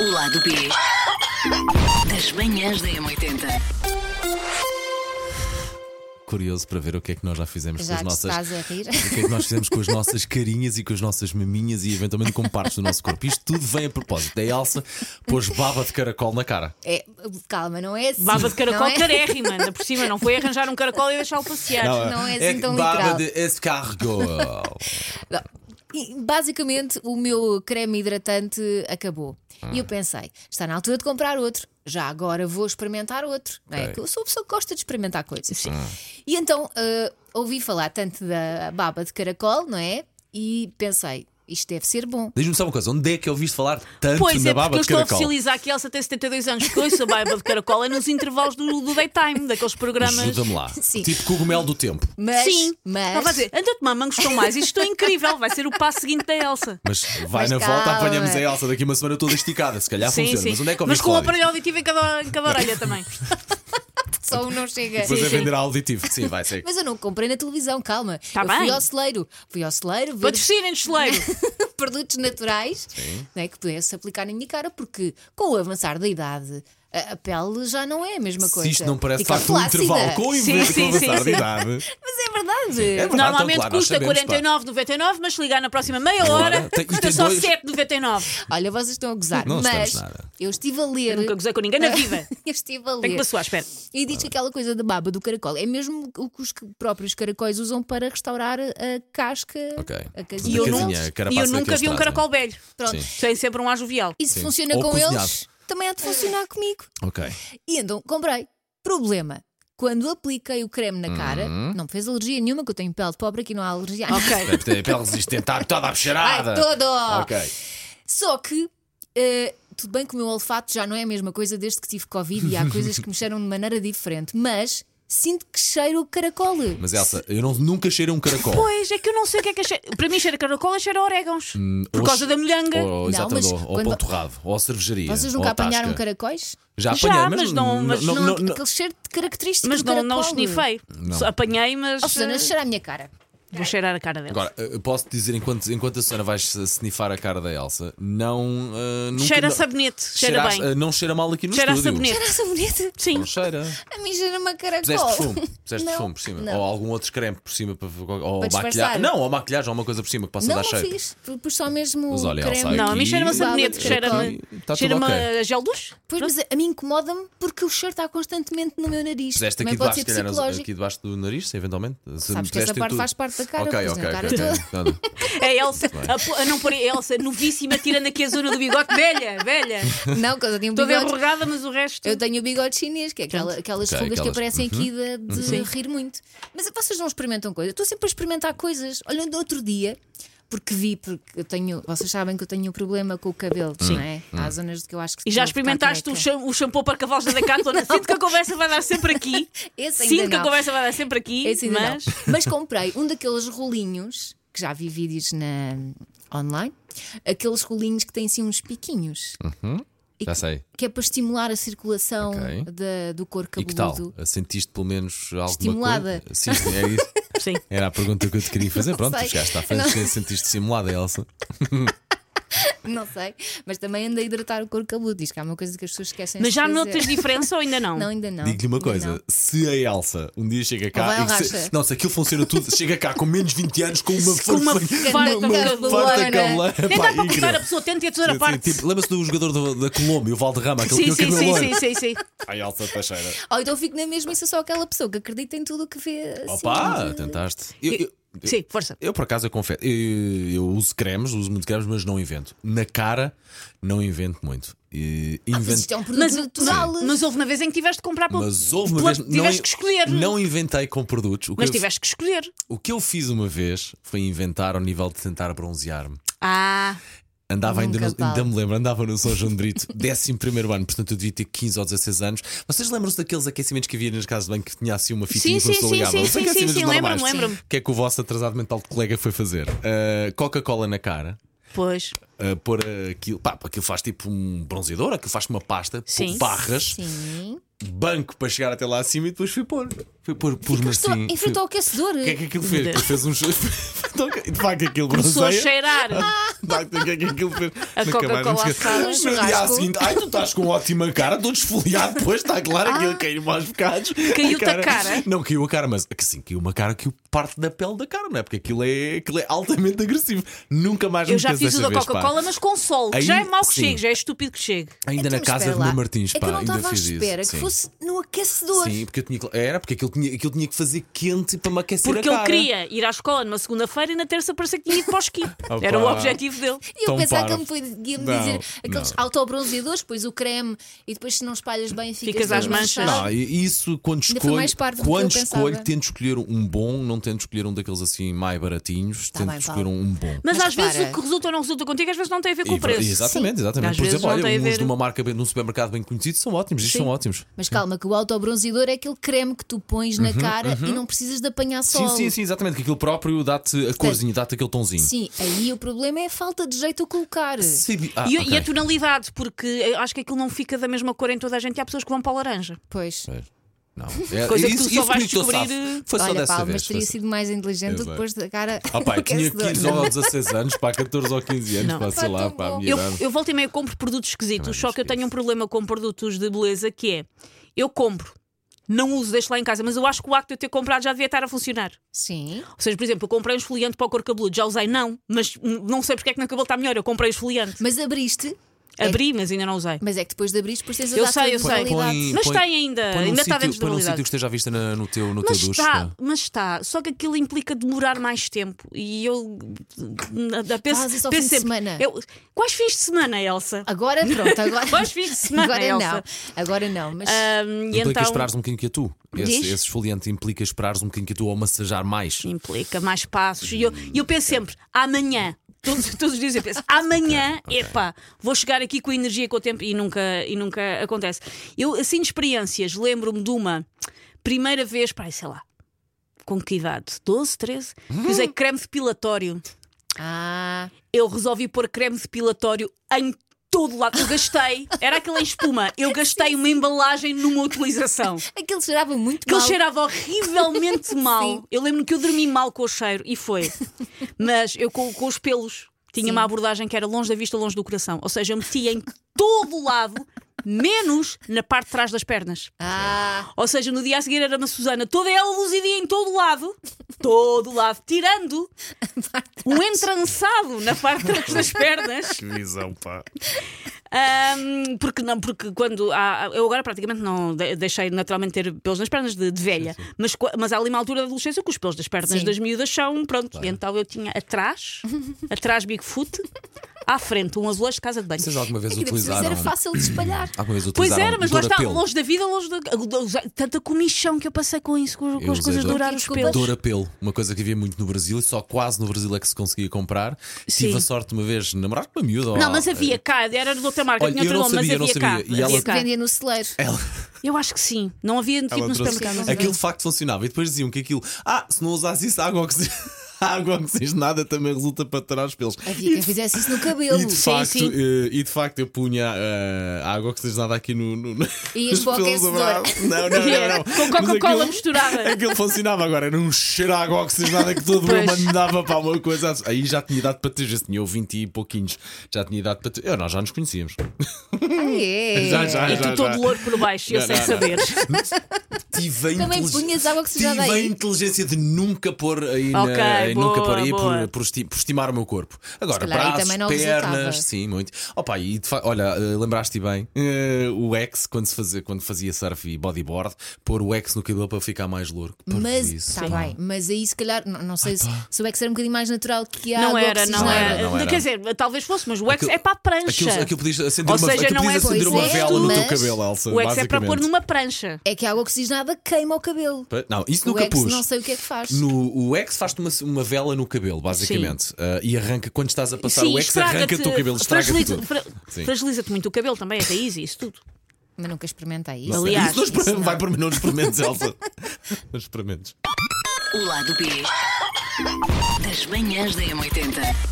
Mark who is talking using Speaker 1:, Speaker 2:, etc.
Speaker 1: O lado B das manhãs da M80.
Speaker 2: Curioso para ver o que é que nós já fizemos com
Speaker 3: Já te
Speaker 2: as nossas.
Speaker 3: estás a rir.
Speaker 2: O que é que nós fizemos com as nossas carinhas e com as nossas maminhas e eventualmente com partes do nosso corpo? Isto tudo vem a propósito. É A Elsa pôs baba de caracol na cara.
Speaker 3: É, calma, não é assim.
Speaker 4: Baba de caracol
Speaker 3: não é?
Speaker 4: carérrima, ainda por cima, não foi arranjar um caracol e deixá-lo passear.
Speaker 3: não é assim tão
Speaker 2: baba
Speaker 3: literal.
Speaker 2: de escargot.
Speaker 3: Não. E, Basicamente, o meu creme hidratante acabou. E eu pensei, está na altura de comprar outro. Já agora vou experimentar outro. Não é?
Speaker 2: Ok.
Speaker 3: Que Eu sou a pessoa que gosta de experimentar coisas. E então ah, ouvi falar tanto da baba de caracol, não é? E pensei, isto deve ser bom.
Speaker 2: Diz-me só uma coisa, onde é que ouviste falar tanto
Speaker 4: Pois
Speaker 2: na
Speaker 4: é, porque
Speaker 2: baba
Speaker 4: eu
Speaker 2: de
Speaker 4: estou a
Speaker 2: caracol?
Speaker 4: oficializar que a Elsa tem 72 anos, que ouço a baba de caracol é nos intervalos do, do daytime, daqueles programas.
Speaker 2: Ajuda-me lá.
Speaker 3: Sim.
Speaker 2: Tipo cogumelo do tempo.
Speaker 3: Mas,
Speaker 4: Sim,
Speaker 3: mas.
Speaker 4: Ela vai dizer, anda tomar mangos tão mais, isto é incrível, vai ser o passo seguinte da Elsa.
Speaker 2: Mas vai
Speaker 3: Mas
Speaker 2: na volta,
Speaker 3: calma.
Speaker 2: apanhamos a Elsa daqui uma semana toda esticada. Se calhar
Speaker 4: sim,
Speaker 2: funciona.
Speaker 4: sim.
Speaker 2: Mas onde é que
Speaker 4: Mas
Speaker 2: ouviste
Speaker 4: com o
Speaker 2: falar?
Speaker 4: aparelho auditivo em cada, em cada orelha também.
Speaker 3: Só um não chega.
Speaker 2: Depois
Speaker 4: Sim,
Speaker 2: é
Speaker 4: sim.
Speaker 2: vender a auditivo. Sim, vai ser.
Speaker 3: Mas eu não comprei na televisão, calma.
Speaker 4: Tá
Speaker 3: eu
Speaker 4: bem.
Speaker 3: fui ao celeiro. Fui ao celeiro ver
Speaker 4: Patrocinem
Speaker 2: É
Speaker 4: cheleiro.
Speaker 3: produtos naturais né, que pudesse aplicar na minha cara, porque com o avançar da idade. A a pele já não é a mesma coisa.
Speaker 2: Se isto não parece de
Speaker 3: Fica
Speaker 2: facto um
Speaker 3: flácida.
Speaker 2: intervalo com o
Speaker 4: Sim,
Speaker 2: inverno com o
Speaker 4: sim, sim,
Speaker 2: avançar de
Speaker 4: sim.
Speaker 2: idade.
Speaker 3: Mas é verdade.
Speaker 2: É verdade,
Speaker 4: Normalmente
Speaker 2: então, claro, nós
Speaker 4: custa
Speaker 2: sabemos, pá.
Speaker 4: 49,99, mas se ligar na próxima meia hora,
Speaker 2: Ora, tem- e
Speaker 4: custa
Speaker 2: tem
Speaker 4: só
Speaker 2: dois.
Speaker 4: 7,99.
Speaker 3: Olha, vocês estão a gozar.
Speaker 2: Não
Speaker 3: mas
Speaker 2: estamos nada.
Speaker 3: eu estive a ler.
Speaker 4: Nunca gozei com ninguém na vida.
Speaker 3: eu estive a ler.
Speaker 4: Tenho que passear, espera.
Speaker 3: E diz que aquela coisa da baba do caracol é mesmo o que os próprios caracóis usam para restaurar a casca.
Speaker 2: Ok. é
Speaker 3: A
Speaker 2: Mas
Speaker 3: casca.
Speaker 2: a
Speaker 4: E eu,
Speaker 2: casinha,
Speaker 4: não,
Speaker 2: a
Speaker 4: e
Speaker 2: carapaça
Speaker 4: eu
Speaker 2: que
Speaker 4: nunca
Speaker 2: eles
Speaker 4: vi um
Speaker 2: trazem.
Speaker 4: caracol velho.
Speaker 3: Pronto.
Speaker 2: Sim.
Speaker 4: Tem sempre um ar jovial.
Speaker 3: E se
Speaker 2: Sim.
Speaker 3: funciona
Speaker 2: Ou
Speaker 3: com
Speaker 2: cozinhado.
Speaker 3: eles, também há de funcionar comigo.
Speaker 2: Ok.
Speaker 3: E então comprei. Problema. Quando apliquei o creme na cara,
Speaker 2: Uhum.
Speaker 3: não me fez alergia nenhuma, que eu tenho pele de pobre, aqui não há alergia.
Speaker 4: Ok.
Speaker 2: Tem a pele resistente, está toda abcheirada.
Speaker 3: Vai todo!
Speaker 2: Ok.
Speaker 3: Só que, eh, tudo bem que o meu olfato já não é a mesma coisa desde que tive Covid e há coisas que me cheiram de maneira diferente, mas sinto que cheiro o caracol.
Speaker 2: Mas é assim, Elsa, eu não- nunca cheirei um caracol.
Speaker 4: Pois, é que eu não sei o que é que achei. Para mim, cheira a caracol, cheira a orégãos. Por
Speaker 2: ou
Speaker 4: causa
Speaker 2: che-
Speaker 4: da molhanga.
Speaker 2: Hum, Ou,
Speaker 3: Não,
Speaker 2: exatamente,
Speaker 3: mas
Speaker 2: ou, ou
Speaker 3: quando-
Speaker 2: pão torrado, ou à cervejaria.
Speaker 3: Vocês
Speaker 2: ou
Speaker 3: nunca
Speaker 2: à tasca.
Speaker 3: apanharam um caracóis?
Speaker 2: Já
Speaker 4: Já,
Speaker 2: apanhei, mas,
Speaker 4: mas não- mas
Speaker 2: não,
Speaker 3: Não,
Speaker 2: não,
Speaker 3: aquele cheiro de característico
Speaker 4: Mas
Speaker 3: do
Speaker 4: não,
Speaker 3: caracol.
Speaker 4: não esnifei. Só Apanhei, mas.
Speaker 3: Oh, Susana,
Speaker 4: eh,
Speaker 3: cheira a minha cara.
Speaker 4: Vou cheirar a cara dela.
Speaker 2: Agora, eh, posso dizer, enquanto, enquanto a Susana vai snifar a cara da Elsa, não. eh, nunca-
Speaker 4: cheira a
Speaker 2: não-
Speaker 4: sabonete, cheira,
Speaker 2: a-
Speaker 4: bem.
Speaker 2: eh, Não cheira mal aqui no
Speaker 4: cheira a
Speaker 2: estúdio.
Speaker 4: sabonete.
Speaker 3: Era essa bonita?
Speaker 4: Sim.
Speaker 2: Não cheira.
Speaker 3: A mim cheira-me a caracol.
Speaker 2: Puseste perfume, puseste
Speaker 3: Não,
Speaker 2: perfume por cima.
Speaker 3: não.
Speaker 2: Ou algum outro creme por cima para, ou
Speaker 3: Para
Speaker 2: maquilhar.
Speaker 3: disfarçar.
Speaker 2: Não, ou maquilhagem, ou uma coisa por cima que possa
Speaker 3: Não,
Speaker 2: dar
Speaker 3: não
Speaker 2: cheiro.
Speaker 3: fiz. Pus só mesmo
Speaker 2: Mas olha,
Speaker 3: creme.
Speaker 2: Elsa,
Speaker 4: Não, a mim
Speaker 2: Aqui-
Speaker 4: cheira-me a sabonete,
Speaker 3: Aqui-
Speaker 4: cheira-me
Speaker 2: Tá tudo
Speaker 4: cheira
Speaker 2: ok.
Speaker 4: a gel luz.
Speaker 3: Pois, mas a mim incomoda-me porque o cheiro está constantemente no meu nariz.
Speaker 2: Puseste
Speaker 3: Também
Speaker 2: aqui
Speaker 3: pode
Speaker 2: debaixo,
Speaker 3: ser
Speaker 2: se calhar,
Speaker 3: psicológico.
Speaker 2: aqui debaixo do nariz, se eventualmente. Se
Speaker 3: Sabes que
Speaker 2: puseste
Speaker 3: essa
Speaker 2: em
Speaker 3: parte
Speaker 2: tudo.
Speaker 3: faz parte da cara,
Speaker 2: Ok,
Speaker 3: pus na
Speaker 2: ok,
Speaker 3: cara
Speaker 2: ok.
Speaker 3: toda.
Speaker 2: Não, não.
Speaker 4: É A Elsa, a, po- a não pôr a Elsa novíssima, tirando aqui a zona do bigode, velha, velha.
Speaker 3: Não, que eu tenho um
Speaker 4: Toda
Speaker 3: bigode.
Speaker 4: enrugada, mas o resto.
Speaker 3: Eu tenho o bigode chinês, que é aquela- aquelas
Speaker 2: Ok,
Speaker 3: rugas que
Speaker 2: aquelas- Uhum.
Speaker 3: aparecem aqui de, de rir muito. Mas vocês não experimentam coisas. Eu Estou sempre a experimentar coisas. Olha, no outro dia, porque vi, porque eu tenho. Vocês sabem que eu tenho um problema com o cabelo, não é?
Speaker 2: Hum.
Speaker 3: Há zonas que eu acho que.
Speaker 4: E já
Speaker 3: vou ficar
Speaker 4: experimentaste o,
Speaker 3: careca.
Speaker 4: cham- o shampoo para cavalos da Decathlon? Sinto que a conversa vai dar sempre aqui.
Speaker 3: Esse ainda
Speaker 4: Sinto que a
Speaker 3: não.
Speaker 4: conversa vai dar sempre aqui.
Speaker 3: Esse ainda
Speaker 4: mas
Speaker 3: não. Mas comprei um daqueles rolinhos que já vi vídeos na online, aqueles rolinhos que têm assim uns piquinhos,
Speaker 2: Já sei.
Speaker 3: que é para estimular a circulação
Speaker 2: Ok.
Speaker 3: da- do corpo
Speaker 2: E que tal?
Speaker 3: cabeludo.
Speaker 2: Sentiste pelo menos alguma
Speaker 3: Estimulada.
Speaker 2: coisa? Sim, sim, é isso.
Speaker 4: sim.
Speaker 2: Era a pergunta que eu te queria fazer. Pronto,
Speaker 3: sei.
Speaker 2: tu chegaste à frente, sentiste simulada, Elsa.
Speaker 3: Não sei, mas também anda a hidratar o corpo cabeludo. Diz que há uma coisa que as pessoas esquecem.
Speaker 4: Mas
Speaker 3: de
Speaker 4: já
Speaker 3: fazer.
Speaker 4: notas diferença ou ainda é. não?
Speaker 2: É
Speaker 3: Não, ainda não.
Speaker 2: Digo-lhe uma
Speaker 3: Ainda
Speaker 2: coisa:
Speaker 3: não.
Speaker 2: se a Elsa um dia chega
Speaker 3: Ou
Speaker 2: cá
Speaker 3: vai
Speaker 2: e
Speaker 3: ao
Speaker 2: que se,
Speaker 3: racha.
Speaker 2: não, se aquilo funciona tudo, chega cá com menos 20 anos com uma
Speaker 4: Com uma
Speaker 2: farfa-
Speaker 4: farta
Speaker 2: uma-
Speaker 4: cabelona.
Speaker 2: uma farta cabelona. Pá,
Speaker 4: Nem dá para cortar
Speaker 2: incrível.
Speaker 4: a pessoa, tenta e a tesoura
Speaker 2: Sim,
Speaker 4: parte.
Speaker 2: tipo, Lembra-se do jogador do- da Colômbia, o Valderrama, aquele
Speaker 4: Sim,
Speaker 2: que tinha
Speaker 4: sim,
Speaker 2: o cabelo
Speaker 4: sim,
Speaker 2: loiro.
Speaker 4: sim, sim, sim.
Speaker 2: Ai, Elsa Teixeira.
Speaker 3: Ou então fico na mesma e sou só aquela pessoa que acredita em tudo o que vê. Assim,
Speaker 2: Opa, tentaste. Eu, eu- eu-
Speaker 4: Sim, força.
Speaker 2: eu, por acaso, eu confesso, eu, eu uso cremes, uso muito cremes, mas não invento. Na cara, não invento muito. E
Speaker 3: Mas
Speaker 2: invento.
Speaker 3: isto é um produto
Speaker 4: Mas,
Speaker 3: natural.
Speaker 4: mas houve uma vez em que tiveste de comprar pelo-
Speaker 2: Mas houve uma
Speaker 4: pela-
Speaker 2: vez.
Speaker 4: Tiveste
Speaker 2: não,
Speaker 4: que escolher.
Speaker 2: Não inventei com produtos. O que,
Speaker 4: Mas
Speaker 2: eu,
Speaker 4: tiveste que escolher.
Speaker 2: o que eu fiz uma vez foi inventar ao nível de tentar bronzear-me.
Speaker 4: Ah,
Speaker 2: Andava ainda,
Speaker 3: Nunca
Speaker 2: no-
Speaker 3: vale.
Speaker 2: ainda me lembro, andava no São João de Brito, 11 ano, portanto eu devia ter 15 ou 16 anos. Vocês lembram-se daqueles aquecimentos que havia nas casas de banho que tinha assim uma fitinha
Speaker 4: Sim,
Speaker 2: que a
Speaker 4: sim,
Speaker 2: pessoa
Speaker 4: sim,
Speaker 2: ligava?
Speaker 4: sim,
Speaker 2: Os
Speaker 4: sim, sim,
Speaker 2: aquecimentos
Speaker 4: sim,
Speaker 2: normais.
Speaker 4: lembro-me, lembro-me.
Speaker 2: O que é que o vosso atrasado mental de colega foi fazer? Ah, Coca-Cola na cara.
Speaker 4: pois.
Speaker 2: ah, pôr aquilo, pá, aquilo faz tipo um bronzeador, aquilo faz uma pasta, pôr
Speaker 4: Sim.
Speaker 2: barras,
Speaker 3: Sim.
Speaker 2: banco para chegar até lá acima e depois fui pôr. Foi pôr- pus-me
Speaker 3: Estou,
Speaker 2: assim.
Speaker 3: enfrentou o aquecedor.
Speaker 2: O que é que aquilo fez?
Speaker 4: Deus.
Speaker 2: Fez um. De facto, aquilo
Speaker 4: Começou a
Speaker 2: bronzeia.
Speaker 4: cheirar.
Speaker 2: Ah, Dá- dá- dá- dá- aquilo fez.
Speaker 4: A
Speaker 2: Nunca mais
Speaker 4: Coca-Cola
Speaker 2: me esqueço.
Speaker 4: assada,
Speaker 2: No
Speaker 3: churrasco.
Speaker 2: dia seguinte, assim, ai, tu estás com ótima cara, estou desfoliado, depois está claro aquilo caiu mais bocados.
Speaker 4: Caiu-te a cara?
Speaker 2: Não caiu a cara, mas assim, caiu uma cara que parte da pele da cara, não é? Porque aquilo é, aquilo é altamente agressivo. Nunca mais me
Speaker 4: Eu já
Speaker 2: esqueço
Speaker 4: fiz o
Speaker 2: desta
Speaker 4: da
Speaker 2: vez, pá.
Speaker 4: Coca-Cola, mas com sol. que
Speaker 2: Aí,
Speaker 4: já é mau que
Speaker 2: sim.
Speaker 4: chegue, já é estúpido que chegue.
Speaker 2: Ainda
Speaker 3: Então,
Speaker 2: na casa
Speaker 3: espera
Speaker 2: do
Speaker 3: lá.
Speaker 2: meu Martins,
Speaker 3: É que
Speaker 2: pá,
Speaker 3: eu não
Speaker 2: ainda
Speaker 3: estava à
Speaker 2: fiz
Speaker 3: espera
Speaker 2: isso.
Speaker 3: que
Speaker 2: sim.
Speaker 3: fosse no aquecedor.
Speaker 2: Sim, porque eu tinha que- Era porque aquilo tinha, aquilo tinha que fazer quente para me aquecer
Speaker 4: Porque
Speaker 2: a
Speaker 4: ele
Speaker 2: cara.
Speaker 4: queria ir à escola numa segunda-feira e na terça parecia que tinha ido para o esqui. Era o
Speaker 2: Opa.
Speaker 4: objetivo dele.
Speaker 3: E eu
Speaker 2: Tão
Speaker 3: pensava que
Speaker 2: parvo.
Speaker 3: ele me foi- ia-me
Speaker 2: Não,
Speaker 3: dizer aqueles
Speaker 2: não.
Speaker 3: autobronzeadores, depois o creme e depois se não espalhas bem ficas,
Speaker 4: Ficas
Speaker 3: todo
Speaker 4: às manchas.
Speaker 3: manchado.
Speaker 2: Não, e- isso quando
Speaker 3: Tá. foi
Speaker 2: escolho,
Speaker 3: mais parvo do que eu
Speaker 2: quando
Speaker 3: pensava.
Speaker 2: escolho, tento escolher um bom, não tento escolher um daqueles assim mais baratinhos, tento
Speaker 3: Tá bem,
Speaker 2: escolher
Speaker 3: Paulo.
Speaker 2: um bom.
Speaker 4: Mas,
Speaker 3: Mas
Speaker 4: às vezes
Speaker 3: repara-
Speaker 4: o que resulta ou não resulta contigo, às vezes não tem a ver com
Speaker 2: E
Speaker 4: o
Speaker 2: va-
Speaker 4: preço.
Speaker 2: Exatamente, exatamente.
Speaker 4: Às
Speaker 2: Por
Speaker 4: vezes
Speaker 2: exemplo,
Speaker 4: não tem a
Speaker 2: olha, uns
Speaker 4: ver.
Speaker 2: de uma marca bem- de um supermercado bem conhecido são ótimos, estes
Speaker 4: Sim.
Speaker 2: são ótimos.
Speaker 3: Mas calma, que o autobronzeador é aquele creme que tu pões na cara e não precisas de apanhar sol.
Speaker 2: Uhum, Sim, sim, sim, exatamente. Que aquilo próprio dá-te a corzinha, dá-te aquele tonzinho.
Speaker 3: Sim, aí o problema é a falta de jeito a colocar.
Speaker 2: Sabi- Ah,
Speaker 4: E, e
Speaker 2: ok.
Speaker 4: a tonalidade, porque eu acho que aquilo não fica da mesma cor em toda a gente. E há pessoas que vão para o laranja.
Speaker 3: Pois.
Speaker 2: Não. É,
Speaker 4: Coisa que
Speaker 2: isso,
Speaker 4: tu só
Speaker 2: isso
Speaker 4: vais
Speaker 2: bonito, eu
Speaker 4: descobrir,
Speaker 2: safo.
Speaker 4: eh,
Speaker 2: Foi só
Speaker 3: Olha,
Speaker 2: dessa
Speaker 3: Paulo, mas
Speaker 2: vez. foi
Speaker 3: teria
Speaker 2: só-
Speaker 3: sido mais inteligente
Speaker 2: Exato.
Speaker 3: depois da cara.
Speaker 2: Ah, pá, eu
Speaker 3: no
Speaker 2: tinha
Speaker 3: aquecedor.
Speaker 2: 15 ou 16 anos, pá, 14 ou 15 anos,
Speaker 4: Não.
Speaker 2: pá, sei
Speaker 3: Pá,
Speaker 2: lá,
Speaker 3: tão
Speaker 2: pá, a
Speaker 3: bom.
Speaker 2: minha
Speaker 4: Eu,
Speaker 2: idade.
Speaker 4: eu volto e meia compro produtos esquisitos,
Speaker 2: Também é
Speaker 4: só
Speaker 2: me
Speaker 4: que eu tenho
Speaker 2: esqueço.
Speaker 4: um problema com produtos de beleza que é: eu compro, não uso, deixo lá em casa, mas eu acho que o acto de eu ter comprado já devia estar a funcionar.
Speaker 3: Sim.
Speaker 4: Ou seja, por exemplo, eu comprei um esfoliante para o cor cabeludo, já usei, não, mas hum, não sei porque é que meu cabelo está melhor. Eu comprei o esfoliante,
Speaker 3: Mas abriste.
Speaker 4: abri, mas ainda não usei.
Speaker 3: Mas é que depois de abriste, por teres a
Speaker 4: Eu
Speaker 3: data
Speaker 4: sei,
Speaker 3: de
Speaker 4: eu sei.
Speaker 3: validade.
Speaker 2: Põe-
Speaker 4: Mas tem ainda,
Speaker 2: Põe num
Speaker 4: ainda está
Speaker 2: sítio-
Speaker 4: dentro da
Speaker 2: põe num sítio que
Speaker 4: validade.
Speaker 2: esteja à vista na- no teu, no teu
Speaker 4: Mas tá.
Speaker 2: duche.
Speaker 4: está,
Speaker 2: pá.
Speaker 4: mas está, só que aquilo implica demorar mais tempo e eu nada, penso,
Speaker 3: Faz isso ao
Speaker 4: penso
Speaker 3: fim de
Speaker 4: sempre,
Speaker 3: semana.
Speaker 4: eu- quais fins de semana, Elsa?
Speaker 2: Ah,
Speaker 3: Agora pronto, agora.
Speaker 4: Quais fins de semana,
Speaker 3: agora
Speaker 4: Elsa?
Speaker 3: não. Agora não, mas.
Speaker 4: Hum, e
Speaker 2: Implica
Speaker 4: então-
Speaker 2: esperares um bocadinho que a tu. Esse,
Speaker 4: Diz?
Speaker 2: esse esfoliante implica esperares um bocadinho que a tu ou massajar mais.
Speaker 4: implica mais passos. E eu, e eu penso sempre, amanhã. Todos, todos os dias eu penso, amanhã, epá, vou chegar aqui com a energia e com o tempo e nunca, e nunca acontece. Eu, assim, de experiências, lembro-me de uma primeira vez, pá, sei lá, com que idade? 12, 13?
Speaker 2: Hum.
Speaker 4: que Usei creme depilatório.
Speaker 3: Ah,
Speaker 4: Eu resolvi pôr creme depilatório em todo lado. Eu gastei, era aquela em espuma, eu gastei uma embalagem numa utilização.
Speaker 3: aquele cheirava muito
Speaker 4: Que ele
Speaker 3: mal.
Speaker 4: cheirava horrivelmente mal.
Speaker 3: Sim.
Speaker 4: Eu lembro que eu dormi mal com o cheiro e foi. Mas eu com, com os pelos tinha uma abordagem que era longe da vista, longe do coração. Ou seja, eu metia em todo o lado, menos na parte de trás das pernas.
Speaker 3: Ah,
Speaker 4: Ou seja, no dia a seguir era uma Susana toda ela luzidia em todo o lado, todo o lado, tirando um entrançado na parte de trás das pernas.
Speaker 2: Que visão, pá.
Speaker 4: Ahm, porque não, porque quando há, eu agora praticamente não de- deixei naturalmente ter pelos nas pernas de, de velha, mas, co- mas há ali uma altura da adolescência que os pelos das pernas
Speaker 3: Sim.
Speaker 4: das miúdas são pronto. E então eu tinha atrás, atrás Bigfoot, à frente um azulejo de casa de banho.
Speaker 2: Vocês alguma vez
Speaker 3: é que depois
Speaker 2: utilizaram?
Speaker 3: era fácil de espalhar.
Speaker 2: Alguma vez
Speaker 4: Pois
Speaker 2: utilizaram
Speaker 4: era, mas lá está,
Speaker 2: Dorapelo?
Speaker 4: longe da vida, longe da. Tanta comichão que eu passei com isso, com, com
Speaker 2: Eu
Speaker 4: as
Speaker 2: usei
Speaker 4: coisas de
Speaker 2: Dora-
Speaker 4: dourar os
Speaker 3: Desculpa.
Speaker 4: pelos.
Speaker 2: Dorapelo, uma coisa que havia muito no Brasil e só quase no Brasil é que se conseguia comprar.
Speaker 4: Sim.
Speaker 2: Tive a sorte uma vez de namorar com uma miúda. ó, eh,
Speaker 4: Não, mas havia cá, era de outra marca,
Speaker 2: Olha,
Speaker 4: tinha outro
Speaker 2: eu não
Speaker 4: nome, mas
Speaker 2: sabia, eu não
Speaker 4: havia cá.
Speaker 2: sabia. E
Speaker 4: havia
Speaker 2: ela-
Speaker 4: cá.
Speaker 3: Vendia no celeiro.
Speaker 4: Eu acho que sim. Não havia tipo
Speaker 2: ela
Speaker 4: no
Speaker 2: trouxe-
Speaker 4: supermercado.
Speaker 3: não
Speaker 2: Aquilo de facto funcionava. E depois diziam que aquilo, ah, se não usasse isso, a água oxi- a água oxigenada também resulta para tirar os pelos.
Speaker 3: Havia quem fizesse isso no cabelo.
Speaker 2: E de,
Speaker 3: Sim,
Speaker 2: facto,
Speaker 3: sim.
Speaker 2: eh, e de facto eu punha eh, a água oxigenada aqui no. no, no nos
Speaker 3: Ias para o
Speaker 2: pelos
Speaker 3: aquecedor.
Speaker 2: da barba. Não, não, não. não.
Speaker 4: Com
Speaker 2: um- Mas
Speaker 4: Coca-Cola
Speaker 2: aquilo-
Speaker 4: misturada.
Speaker 2: Aquilo funcionava agora, era um cheiro a água oxigenada que todo
Speaker 4: Pois.
Speaker 2: mundo mandava para uma coisa. assim. Aí já tinha idade para ter, já tinha eu 20 e pouquinhos. Já tinha idade para ter. Eu, nós já nos conhecíamos.
Speaker 3: Ah, é.
Speaker 2: Já, já,
Speaker 4: E
Speaker 2: já.
Speaker 4: tu todo louro por baixo, eu
Speaker 2: Não,
Speaker 4: sei
Speaker 2: não,
Speaker 4: saber.
Speaker 2: Tive a
Speaker 3: Também
Speaker 2: intelig-
Speaker 3: punhas água oxigenada
Speaker 2: Tive a
Speaker 3: aí?
Speaker 2: inteligência de nunca pôr aí na-
Speaker 4: Ok,
Speaker 2: em nunca pôr aí
Speaker 4: boa,
Speaker 2: por,
Speaker 4: boa.
Speaker 2: por esti- por estimar o meu corpo. Agora,
Speaker 3: calhar aí
Speaker 2: braços,
Speaker 3: também não
Speaker 2: pernas,
Speaker 3: resultava.
Speaker 2: sim, muito. Opa, e de fa- olha, eh, lembraste bem eh, o ex quando, se fazia, quando fazia surf e bodyboard, pôr o ex no cabelo para ficar mais louro. Que
Speaker 3: Mas,
Speaker 2: parvoíce,
Speaker 3: tá
Speaker 2: pá.
Speaker 3: bem, mas aí se calhar, não, não sei se, se o X era um bocadinho mais natural que a
Speaker 4: Não
Speaker 3: água
Speaker 4: era, não
Speaker 3: oxigenada.
Speaker 4: era.
Speaker 2: não era.
Speaker 4: Quer dizer, talvez fosse, mas o ex
Speaker 2: Aquilo-
Speaker 4: é para a
Speaker 2: Aquilo,
Speaker 4: prancha.
Speaker 2: aquilo podias acender
Speaker 4: Ou
Speaker 2: uma,
Speaker 4: seja,
Speaker 2: aquilo
Speaker 4: não
Speaker 2: podias
Speaker 4: é-
Speaker 2: acender uma
Speaker 3: Pois é,
Speaker 2: vela no teu
Speaker 3: mas-
Speaker 2: cabelo, Elsa.
Speaker 4: O ex é para pôr
Speaker 2: basicamente.
Speaker 4: numa prancha.
Speaker 3: É que a água oxigenada queima o cabelo.
Speaker 2: Não, isso
Speaker 3: o
Speaker 2: nunca
Speaker 3: X
Speaker 2: pus.
Speaker 3: não sei o que é que faz.
Speaker 2: No, o ex faz-te uma, uma vela no cabelo, basicamente. Ah, e arranca, quando estás a passar o ex, arranca o teu cabelo, estraga-te
Speaker 4: fragiliza-
Speaker 2: tudo.
Speaker 4: fra-
Speaker 2: Sim.
Speaker 4: Fragiliza-te muito o cabelo também, é raiz e isso tudo.
Speaker 3: Mas nunca experimentei isso.
Speaker 2: Não sei.
Speaker 4: Aliás,
Speaker 2: Isso não exper-
Speaker 3: isso não.
Speaker 2: vai para mim, não experimentes, Elsa. Não experimentes.
Speaker 1: O lado B das manhãs da M80.